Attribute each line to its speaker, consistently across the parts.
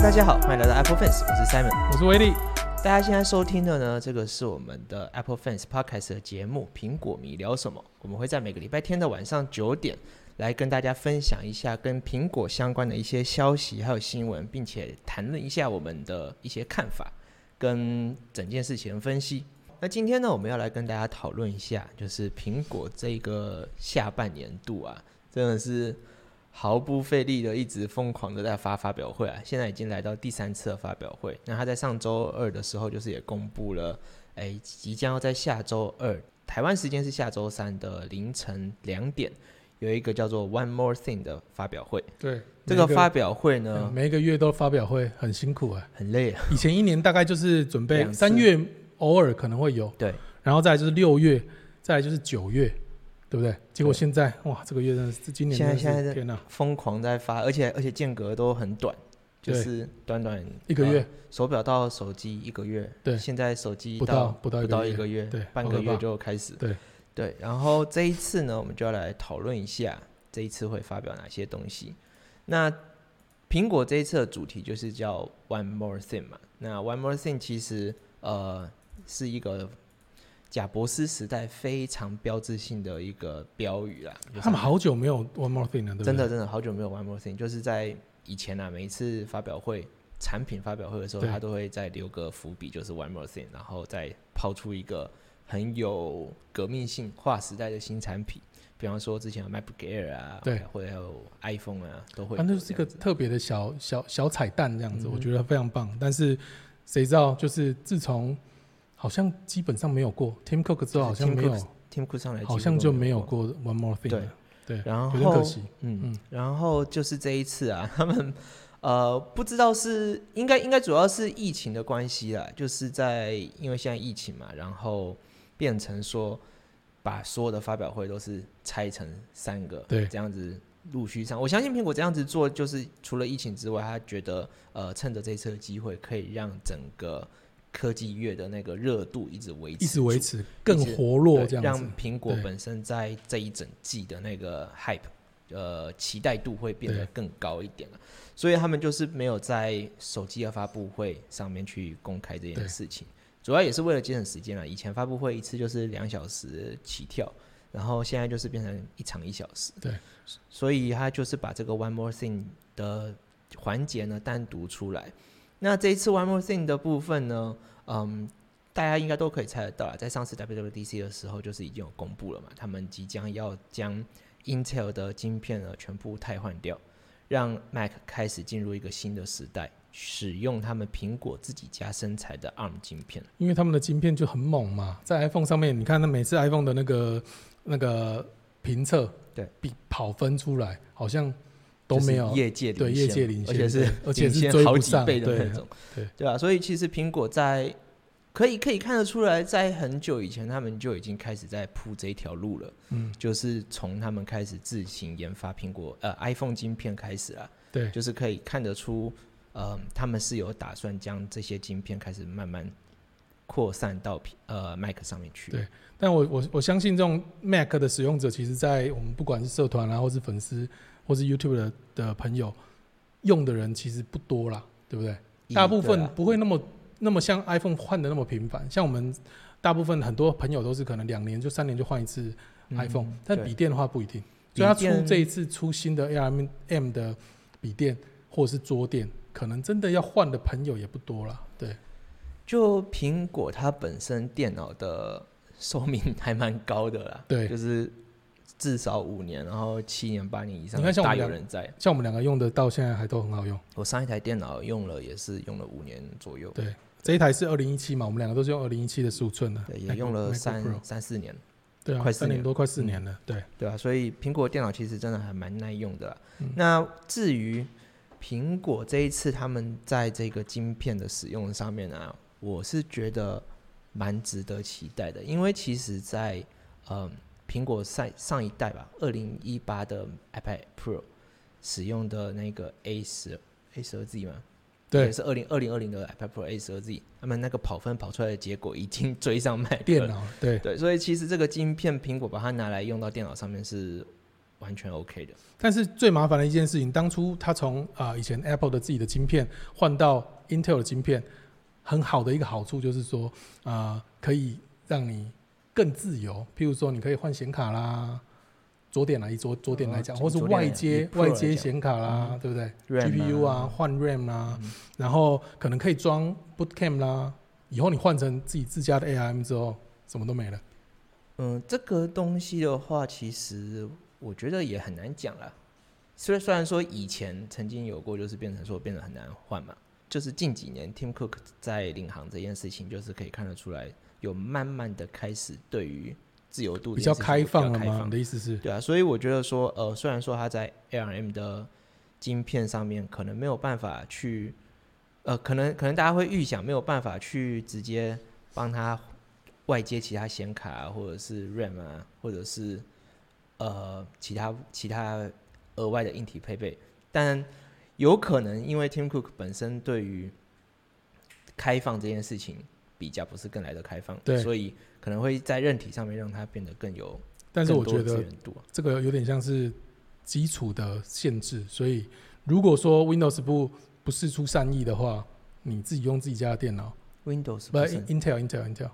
Speaker 1: 大家好，欢迎来到 Apple Fans，我是 Simon。
Speaker 2: 我是威力。
Speaker 1: 大家现在收听的呢，这个是我们的 Apple Fans Podcast 的节目《苹果迷聊什么》，我们会在每个礼拜天的晚上九点来跟大家分享一下跟苹果相关的一些消息还有新闻，并且谈论一下我们的一些看法跟整件事情的分析。那今天呢，我们要来跟大家讨论一下，就是苹果这个下半年度啊，真的是毫不费力的一直疯狂的在发发表会啊，现在已经来到第三次的发表会。那他在上周二的时候，就是也公布了，哎，即将要在下周二，台湾时间是下周三的凌晨两点，有一个叫做 One More Thing 的发表会。
Speaker 2: 对，
Speaker 1: 这个
Speaker 2: 每一
Speaker 1: 发表会
Speaker 2: 嗯
Speaker 1: 呢，
Speaker 2: 每一个月都发表会，很辛苦啊。
Speaker 1: 很累啊，
Speaker 2: 以前一年大概就是准备
Speaker 1: 两次
Speaker 2: 三月偶尔可能会有，
Speaker 1: 对，
Speaker 2: 然后再来就是六月，再来就是九月，对不对？结果
Speaker 1: 对
Speaker 2: 现在哇，这个月真的是今年
Speaker 1: 现在
Speaker 2: 真的是
Speaker 1: 现在在
Speaker 2: 天哪，
Speaker 1: 疯狂在发，而且而且间隔都很短，就
Speaker 2: 对
Speaker 1: 是短短
Speaker 2: 一个月
Speaker 1: 呃手表到手机一个月，
Speaker 2: 对
Speaker 1: 现在手机
Speaker 2: 不到不到
Speaker 1: 不
Speaker 2: 一
Speaker 1: 到
Speaker 2: 个
Speaker 1: 一
Speaker 2: 月，
Speaker 1: 个月，
Speaker 2: 对
Speaker 1: 半
Speaker 2: 好
Speaker 1: 个
Speaker 2: 可
Speaker 1: 月
Speaker 2: 怕
Speaker 1: 就开始。
Speaker 2: 对
Speaker 1: 对，然后这一次呢，我们就要来讨论一下这一次会发表哪些东西。那苹果这一次的主题就是叫 One More Thing 嘛。那 One More Thing 其实呃是一个贾伯斯时代非常标志性的一个标语啦。就是
Speaker 2: 他们好久没有 One More Thing 了，对不对？
Speaker 1: 真的真的好久没有 One More Thing，就是在以前啊，每一次发表会、产品发表会的时候，
Speaker 2: 对
Speaker 1: 他都会再留个伏笔，就是 One More Thing，然后再抛出一个很有革命性、划时代的新产品。比方说之前有 MacBook Air 啊，
Speaker 2: 对
Speaker 1: 或者还有 iPhone 啊，都会有这样
Speaker 2: 反
Speaker 1: 子。
Speaker 2: 正就是一个特别的小小小彩蛋这样子，
Speaker 1: 嗯哼
Speaker 2: 我觉得非常棒。但是谁知道，就是自从好像基本上没有过 Tim Cook 之后，好像
Speaker 1: Tim
Speaker 2: 没有，
Speaker 1: Tim Cook 上来，
Speaker 2: 好像就没有。过 One More Thing
Speaker 1: 对
Speaker 2: 了，对，
Speaker 1: 然
Speaker 2: 有点
Speaker 1: 后
Speaker 2: 可惜。
Speaker 1: 嗯
Speaker 2: 嗯，
Speaker 1: 然后就是这一次啊， 他们呃不知道是应该应该主要是疫情的关系啦，就是在因为现在疫情嘛，然后变成说把所有的发表会都是拆成三个，
Speaker 2: 对
Speaker 1: 这样子陆续上。我相信苹果这样子做，就是除了疫情之外，他觉得呃趁着这次的机会，可以让整个科技月的那个热度一直维持，
Speaker 2: 一直维。持更
Speaker 1: 一直
Speaker 2: 活络
Speaker 1: 对
Speaker 2: 这样
Speaker 1: 让
Speaker 2: 子。
Speaker 1: 苹果
Speaker 2: 对
Speaker 1: 本身在这一整季的那个 hype，呃，期待度会变得
Speaker 2: 对
Speaker 1: 更高一点了。啊所以他们就是没有在手机的发布会上面去公开这
Speaker 2: 对
Speaker 1: 件事情，主要也是为了节省时间啊啦。以前发布会一次就是两小时起跳，然后现在就是变成一场一小时。
Speaker 2: 对，
Speaker 1: 所以他就是把这个 One More Thing 的环节呢单独出来。那这一次 One More Thing 的部分呢，嗯，大家应该都可以猜得到啦，在上次 WWDC 的时候，就是已经有公布了嘛，他们即将要将 Intel 的晶片呢全部汰换掉，让 Mac 开始进入一个新的时代，使用他们苹果自己家生产的 ARM 晶片。
Speaker 2: 因为他们的晶片就很猛嘛，在 iPhone 上面，你看那每次 iPhone 的那个那个评测，
Speaker 1: 对，
Speaker 2: 比跑分出来好像都没有
Speaker 1: 就是，业界领先
Speaker 2: 对业界领先
Speaker 1: 而且是
Speaker 2: 对而且是
Speaker 1: 领先
Speaker 2: 追不
Speaker 1: 好几
Speaker 2: 上
Speaker 1: 倍的
Speaker 2: 对
Speaker 1: 那种，
Speaker 2: 对
Speaker 1: 对吧、啊所以其实苹果在可以可以看得出来，在很久以前他们就已经开始在铺这一条路了，
Speaker 2: 嗯，
Speaker 1: 就是从他们开始自行研发苹果呃 iPhone 晶片开始啊啦，
Speaker 2: 对，
Speaker 1: 就是可以看得出，呃，他们是有打算将这些晶片开始慢慢扩散到苹呃 Mac 上面去，
Speaker 2: 对但我我我相信这种 Mac 的使用者，其实在我们不管是社团啊，或是粉丝，或是 YouTube 的的朋友，用的人其实不多啦，对不对？
Speaker 1: 以
Speaker 2: 大部
Speaker 1: 对
Speaker 2: 分
Speaker 1: 啊
Speaker 2: 不会那么那么像 iPhone 换的那么频繁，像我们大部分很多朋友都是可能两年就三年就换一次
Speaker 1: 嗯
Speaker 2: iPhone，、但
Speaker 1: 对
Speaker 2: 笔电的话不一定，所以它出
Speaker 1: 笔电
Speaker 2: 这一次出新的 ARM M 的笔电或者是桌垫，可能真的要换的朋友也不多了。对，
Speaker 1: 就苹果它本身电脑的 寿命还蛮高的啦，
Speaker 2: 对
Speaker 1: 就是至少五年，然后七年八年以上
Speaker 2: 你看，像我
Speaker 1: 大
Speaker 2: 们
Speaker 1: 有
Speaker 2: 两
Speaker 1: 人在。
Speaker 2: 像我们两个用的到现在还都很好用，
Speaker 1: 我上一台电脑用了也是用了五年左右，
Speaker 2: 对。这一台是二零一七嘛，我们两个都是用二零一七的十五寸的，
Speaker 1: 对，也
Speaker 2: MacBook-
Speaker 1: 用了
Speaker 2: MacBook
Speaker 1: 三嗯
Speaker 2: Pro
Speaker 1: 三四年，
Speaker 2: 对啊，
Speaker 1: 快四
Speaker 2: 三
Speaker 1: 年
Speaker 2: 年多快四年了，对，
Speaker 1: 对吧、所以苹果电脑其实真的还蛮耐用的啦。
Speaker 2: 嗯
Speaker 1: 那至于苹果这一次他们在这个晶片的使用上面啊，我是觉得蛮值得期待的，因为其实在嗯苹果上上一代吧，二零一八的 iPad Pro 使用的那个 A 十 A 十二 Z 嘛，也
Speaker 2: 对，
Speaker 1: 是二零二零二零的 iPad Pro A 十二 Z，他们那个跑分跑出来的结果已经追上 Mac 了
Speaker 2: 电脑对
Speaker 1: 对，所以其实这个晶片，苹果把它拿来用到电脑上面是完全 OK 的。
Speaker 2: 但是最麻烦的一件事情，当初他从啊、呃以前 Apple 的自己的晶片换到 Intel 的晶片，很好的一个好处就是说，啊，可以让你更自由。譬如说，你可以换显卡啦，左点来以左左点来讲，
Speaker 1: 哦
Speaker 2: 或是
Speaker 1: 左点来
Speaker 2: 外接
Speaker 1: 以 Pro
Speaker 2: 外
Speaker 1: 来
Speaker 2: 接
Speaker 1: 讲嗯
Speaker 2: 显卡啦，对不对
Speaker 1: RAM
Speaker 2: ？GPU 啊，，换 RAM 啊，
Speaker 1: 嗯
Speaker 2: 然后可能可以装 Bootcamp 啦。以后你换成自己自家的 ARM 之后，什么都没了。
Speaker 1: 嗯，这个东西的话，其实我觉得也很难讲啦。虽然虽然说以前曾经有过，就是变成说变得很难换嘛，就是近几年 Tim Cook 在领航这件事情，就是可以看得出来，有慢慢的开始对于自由度
Speaker 2: 比较
Speaker 1: 开
Speaker 2: 开放了
Speaker 1: 开
Speaker 2: 吗？
Speaker 1: 放
Speaker 2: 你的意思是？
Speaker 1: 对啊，所以我觉得说，呃，虽然说它在 ARM 的晶片上面可能没有办法去，呃，可能可能大家会预想没有办法去直接帮它外接其他显卡、啊、或者是 RAM 啊，或者是呃其他其他额外的硬体配备，但有可能因为 Tim Cook 本身对于开放这件事情比较不是更来的开放，
Speaker 2: 对
Speaker 1: 所以可能会在韧体上面让它变得更有，
Speaker 2: 但是我觉
Speaker 1: 资
Speaker 2: 得
Speaker 1: 源度啊。
Speaker 2: 这个有点像是基础的限制，所以如果说 Windows 不不试出善意的话，你自己用自己家的电脑，
Speaker 1: Windows
Speaker 2: 不
Speaker 1: 不
Speaker 2: 是
Speaker 1: 是
Speaker 2: Intel Intel Intel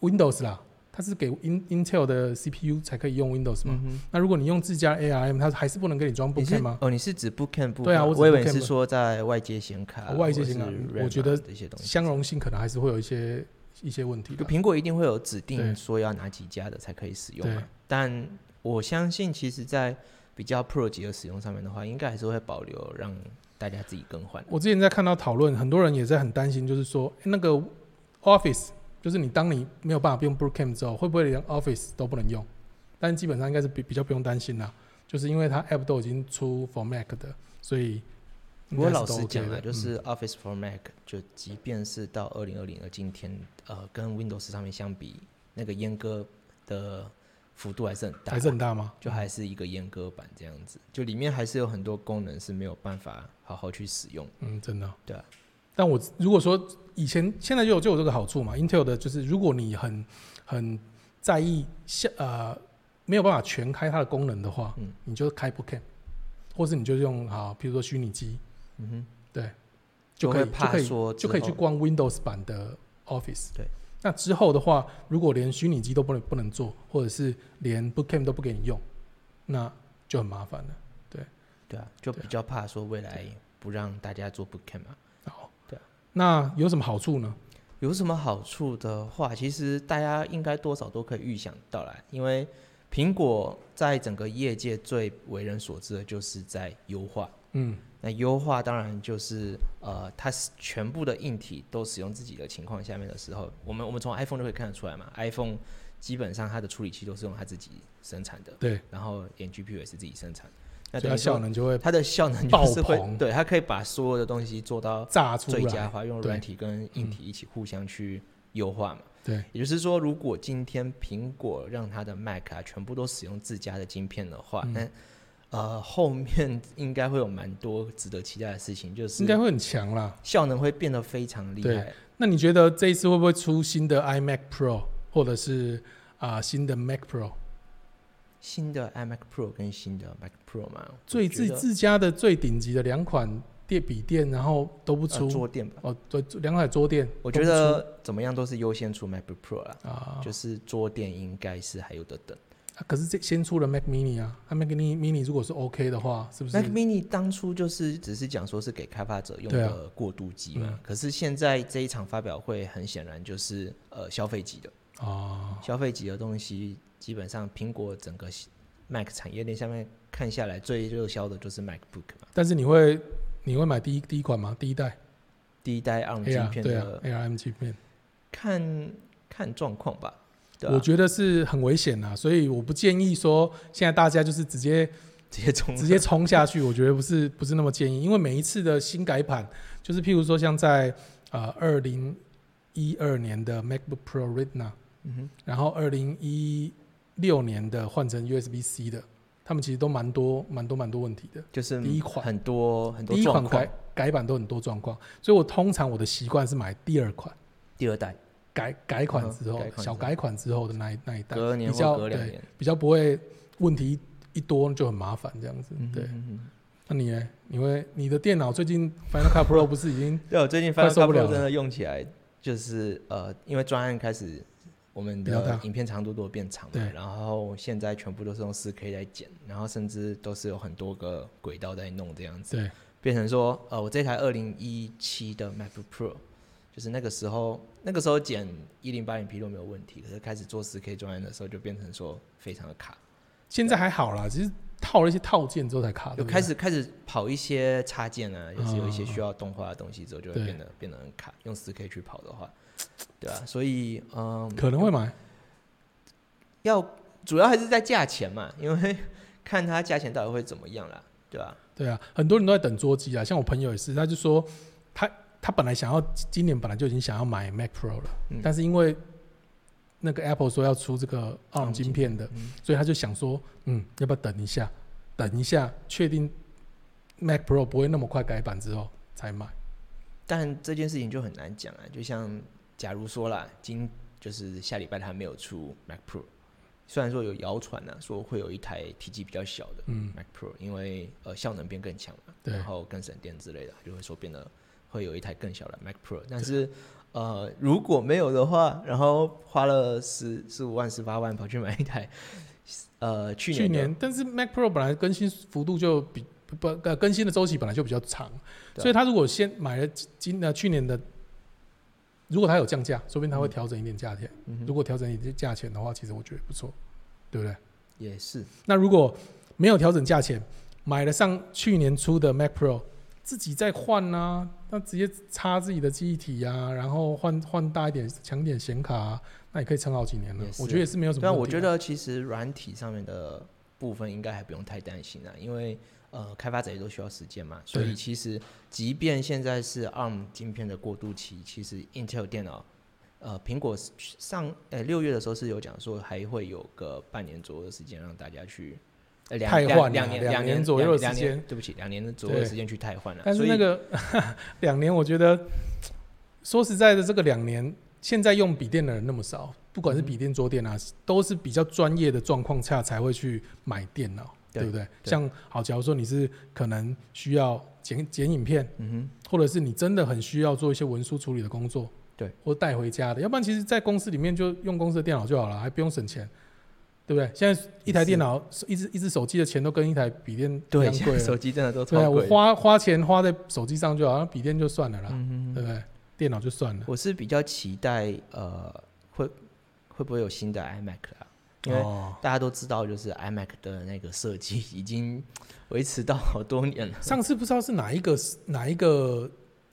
Speaker 2: Windows 啦，它是给 In Intel 的 CPU 才可以用 Windows 嘛。
Speaker 1: 嗯
Speaker 2: 那如果你用自家 ARM，它还是不能给你装
Speaker 1: 哼，你是
Speaker 2: Bootcamp 吗？
Speaker 1: 哦，你是指 Bootcamp 部分？
Speaker 2: 对啊我指
Speaker 1: 我以为
Speaker 2: Bootcamp
Speaker 1: 是说在外接显卡、
Speaker 2: 哦外接显卡
Speaker 1: 或者是
Speaker 2: 我
Speaker 1: RAM 啊
Speaker 2: 觉得
Speaker 1: 这些东西
Speaker 2: 相。容性可能还是会有一些一些问题
Speaker 1: 就
Speaker 2: 的。
Speaker 1: 苹果一定会有指
Speaker 2: 对
Speaker 1: 定说要哪几家的才可以使用
Speaker 2: 对
Speaker 1: 嘛，但我相信其实，在比较 Pro 级的使用上面的话，应该还是会保留让大家自己更换。
Speaker 2: 我之前在看到讨论，很多人也在很担心，就是说诶那个 Office，就是你当你没有办法用 Bootcamp 之后，会不会连 Office 都不能用？但基本上应该是比比较不用担心啦，就是因为它 App 都已经出 for Mac 的，所以
Speaker 1: 不
Speaker 2: 应
Speaker 1: 过
Speaker 2: 该
Speaker 1: 老
Speaker 2: 都
Speaker 1: 实
Speaker 2: OK
Speaker 1: 讲啊，
Speaker 2: 的
Speaker 1: 就
Speaker 2: 嗯
Speaker 1: 是 Office for Mac，就即便是到二零二零的今天，呃，跟 Windows 上面相比，那个阉割的幅度还是很大，
Speaker 2: 还是很大吗？
Speaker 1: 就还是一个阉割版这样子，就里面还是有很多功能是没有办法好好去使用。
Speaker 2: 嗯，真的。
Speaker 1: 对啊。
Speaker 2: 但我如果说以前现在就有就有这个好处嘛，Intel 的就是如果你很很在意下呃没有办法全开它的功能的话，
Speaker 1: 嗯
Speaker 2: 你就开 Bootcamp，或是你就用啊，比如说虚拟机
Speaker 1: 嗯哼，
Speaker 2: 就可以
Speaker 1: 会怕说
Speaker 2: 就可以
Speaker 1: 之
Speaker 2: 去
Speaker 1: 后
Speaker 2: 逛 Windows 版的 Office。
Speaker 1: 对。
Speaker 2: 那之后的话，如果连虚拟机都不能不能做，或者是连 Bootcamp 都不给你用，那就很麻烦了。
Speaker 1: 对啊，就
Speaker 2: 对啊
Speaker 1: 比较怕说未来不让大家做 Bootcamp 嘛。
Speaker 2: 好，
Speaker 1: 对啊。
Speaker 2: 那有什么好处呢？
Speaker 1: 有什么好处的话，其实大家应该多少都可以预想到啦，因为苹果在整个业界最为人所知的就是在优化。
Speaker 2: 嗯，
Speaker 1: 那优化当然就是呃，它是全部的硬体都使用自己的情况下面的时候，我们我们从 iPhone 就可以看得出来嘛，iPhone 基本上它的处理器都是用它自己生产的，
Speaker 2: 对，
Speaker 1: 然后连 GPU 也是自己生产，那
Speaker 2: 所以
Speaker 1: 等于
Speaker 2: 它效
Speaker 1: 说
Speaker 2: 能就会
Speaker 1: 它的效能就是
Speaker 2: 爆
Speaker 1: 会
Speaker 2: 棚，
Speaker 1: 对，它可以把所有的东西做到
Speaker 2: 炸出
Speaker 1: 最佳
Speaker 2: 来。
Speaker 1: 化，用
Speaker 2: 对嗯
Speaker 1: 软体跟硬体一起互相去优化嘛。
Speaker 2: 对，
Speaker 1: 也就是说，如果今天苹果让它的 Mac 啊全部都使用自家的晶片的话，
Speaker 2: 嗯
Speaker 1: 那呃后面应该会有蛮多值得期待的事情，就
Speaker 2: 应该
Speaker 1: 是
Speaker 2: 会很强啦。
Speaker 1: 效能会变得非常厉
Speaker 2: 对
Speaker 1: 害。
Speaker 2: 那你觉得这一次会不会出新的 iMac Pro，或者是啊、新的 Mac Pro？
Speaker 1: 新的 iMac Pro 跟新的 Mac Pro 嘛，我
Speaker 2: 最
Speaker 1: 觉
Speaker 2: 自
Speaker 1: 得
Speaker 2: 自家的最顶级的两款电笔电，然后都不
Speaker 1: 呃
Speaker 2: 出、
Speaker 1: 桌垫吧，
Speaker 2: 哦，对，两款桌垫，
Speaker 1: 我觉得怎么样都是优先出 MacBook Pro 啦，
Speaker 2: 啊、
Speaker 1: 就是桌垫应该是还有的等。
Speaker 2: 啊可是这先出了 Mac Mini 啊，那 Mac Mini Mini 如果是 OK 的话，是不是
Speaker 1: Mac Mini 当初就是只是讲说是给开发者用
Speaker 2: 对啊
Speaker 1: 的过渡机嘛，
Speaker 2: 嗯
Speaker 1: 可是现在这一场发表会很显然就是呃消费级的，
Speaker 2: 啊？
Speaker 1: 消费级的东西基本上苹果整个 Mac 产业链下面看下来最热销的就是 MacBook 嘛，
Speaker 2: 但是你会你会买第一第一款吗？第一代
Speaker 1: 第一代 ARM 晶
Speaker 2: AR
Speaker 1: 片
Speaker 2: 对
Speaker 1: 的，
Speaker 2: 啊，ARM 晶片。
Speaker 1: 看看状况吧，对啊吧、
Speaker 2: 我觉得是很危险啊，所以我不建议说现在大家就是直接
Speaker 1: 直接冲
Speaker 2: 直接冲下去，我觉得不是不是那么建议，因为每一次的新改版，就是譬如说像在呃二零一二年的 MacBook Pro Retina，
Speaker 1: 嗯哼
Speaker 2: 然后二零一六年的换成 USB C 的，他们其实都蛮多蛮多蛮多问题的。
Speaker 1: 就是
Speaker 2: 第一款
Speaker 1: 很多很多
Speaker 2: 第一款
Speaker 1: 状况
Speaker 2: 改，改版都很多状况，所以我通常我的习惯是买第二款
Speaker 1: 第二代
Speaker 2: 改改款
Speaker 1: 嗯
Speaker 2: 之后
Speaker 1: 改款之后
Speaker 2: 小改款之后的那一那一代，
Speaker 1: 隔年
Speaker 2: 比较
Speaker 1: 或隔两
Speaker 2: 对
Speaker 1: 年，
Speaker 2: 比较不会问题一多就很麻烦这样子。对，
Speaker 1: 嗯嗯嗯
Speaker 2: 那你呢？你会你的电脑最近 Final Cut Pro 不是已 经
Speaker 1: 对我最近
Speaker 2: 快
Speaker 1: Final
Speaker 2: 受
Speaker 1: Cut
Speaker 2: 不了
Speaker 1: Pro
Speaker 2: 了
Speaker 1: 真的用起来，就是呃，因为专案开始我们
Speaker 2: 比较
Speaker 1: 的
Speaker 2: 大
Speaker 1: 影片长度都有变长嘛
Speaker 2: 对，
Speaker 1: 然后现在全部都是用4 K 在剪，然后甚至都是有很多个轨道在弄这样子，
Speaker 2: 对
Speaker 1: 变成说呃，我这台2017的 MacBook Pro，就是那个时候那个时候剪1 0 8 0 P 都没有问题，可是开始做4 K 专案的时候就变成说非常的卡，
Speaker 2: 现在还好啦，其实套了一些套件之后才
Speaker 1: 就
Speaker 2: 卡，啊对不对
Speaker 1: 开始开始跑一些插件啊，就是有一些
Speaker 2: 啊
Speaker 1: 需要动画的东西之后，就会
Speaker 2: 对
Speaker 1: 变得变得很卡。用4 K 去跑的话，对啊，所以嗯，
Speaker 2: 可能会买，
Speaker 1: 要主要还是在价钱嘛，因为 看它价钱到底会怎么样啦，对吧、
Speaker 2: 对啊，很多人都在等桌机啊，像我朋友也是，他就说他他本来想要今年本来就已经想要买 Mac Pro 了，
Speaker 1: 嗯
Speaker 2: 但是因为那个 Apple 说要出这个 ARM 晶片的，
Speaker 1: 嗯
Speaker 2: 所以他就想说，嗯，要不要等一下，等一下，确定 Mac Pro 不会那么快改版之后才买。
Speaker 1: 但这件事情就很难讲啊，就像假如说啦，今就是下礼拜它没有出 Mac Pro，虽然说有谣传呢、说会有一台体积比较小的，
Speaker 2: 嗯，
Speaker 1: Mac Pro，因为呃效能变更强嘛，
Speaker 2: 对
Speaker 1: 然后更省电之类的，就会说变得会有一台更小的 Mac Pro。但是呃如果没有的话，然后花了十十五万十八万跑去买一台呃去
Speaker 2: 去
Speaker 1: 年的
Speaker 2: 年，但是 Mac Pro 本来更新幅度就比不呃更新的周期本来就比较长，
Speaker 1: 对啊
Speaker 2: 所以他如果先买了今今呃去年的，如果他有降价，说不定他会调整一点价钱。
Speaker 1: 嗯哼
Speaker 2: 如果调整一点价钱的话，其实我觉得不错，对不对？
Speaker 1: 也是
Speaker 2: 那如果没有调整价钱，买了上去年出的 Mac Pro，自己再换啊，那直接插自己的记忆体啊，然后换换大一点、强一点显卡、啊，那也可以撑好几年了
Speaker 1: 也。是
Speaker 2: 我觉得也是没有什么
Speaker 1: 但
Speaker 2: 问题啊。
Speaker 1: 我觉得其实软体上面的部分应该还不用太担心啊，因为呃开发者也都需要时间嘛，所
Speaker 2: 对
Speaker 1: 以其实即便现在是 ARM 晶片的过渡期，其实 Intel 电脑。呃，苹果上呃六月的时候是有讲说还会有个半年左右的时间让大家去，呃两
Speaker 2: 汰
Speaker 1: 两
Speaker 2: 换啊
Speaker 1: 两年
Speaker 2: 两
Speaker 1: 两
Speaker 2: 年左右的
Speaker 1: 两
Speaker 2: 时
Speaker 1: 年
Speaker 2: 间
Speaker 1: 对不起，两年左右的
Speaker 2: 对
Speaker 1: 时间去汰换了、
Speaker 2: 但是
Speaker 1: 啊所以
Speaker 2: 那个 两年，我觉得说实在的，这个两年现在用笔电的人那么少，不管
Speaker 1: 嗯
Speaker 2: 是笔电、桌电啊，都是比较专业的状况下才会去买电脑，
Speaker 1: 对
Speaker 2: 对不对？
Speaker 1: 对
Speaker 2: 像好，假如说你是可能需要剪剪影片，
Speaker 1: 嗯哼，
Speaker 2: 或者是你真的很需要做一些文书处理的工作，
Speaker 1: 对，
Speaker 2: 或带回家的，要不然其实在公司里面就用公司的电脑就好了，还不用省钱。对不对？现在一台
Speaker 1: 也是
Speaker 2: 电脑、一只一只手机的钱都跟一台笔电一
Speaker 1: 对，
Speaker 2: 样
Speaker 1: 现
Speaker 2: 贵
Speaker 1: 在
Speaker 2: 了。
Speaker 1: 手机真的都
Speaker 2: 对啊，
Speaker 1: 超
Speaker 2: 我
Speaker 1: 贵的。
Speaker 2: 花花钱花在手机上就好，那笔电就算了啦，
Speaker 1: 嗯哼哼
Speaker 2: 对不对？电脑就算了。
Speaker 1: 我是比较期待呃，会会不会有新的 iMac 啊？因为
Speaker 2: 哦，
Speaker 1: 大家都知道，就是 iMac 的那个设计已经维持到好多年了。
Speaker 2: 上次不知道是哪一个哪一个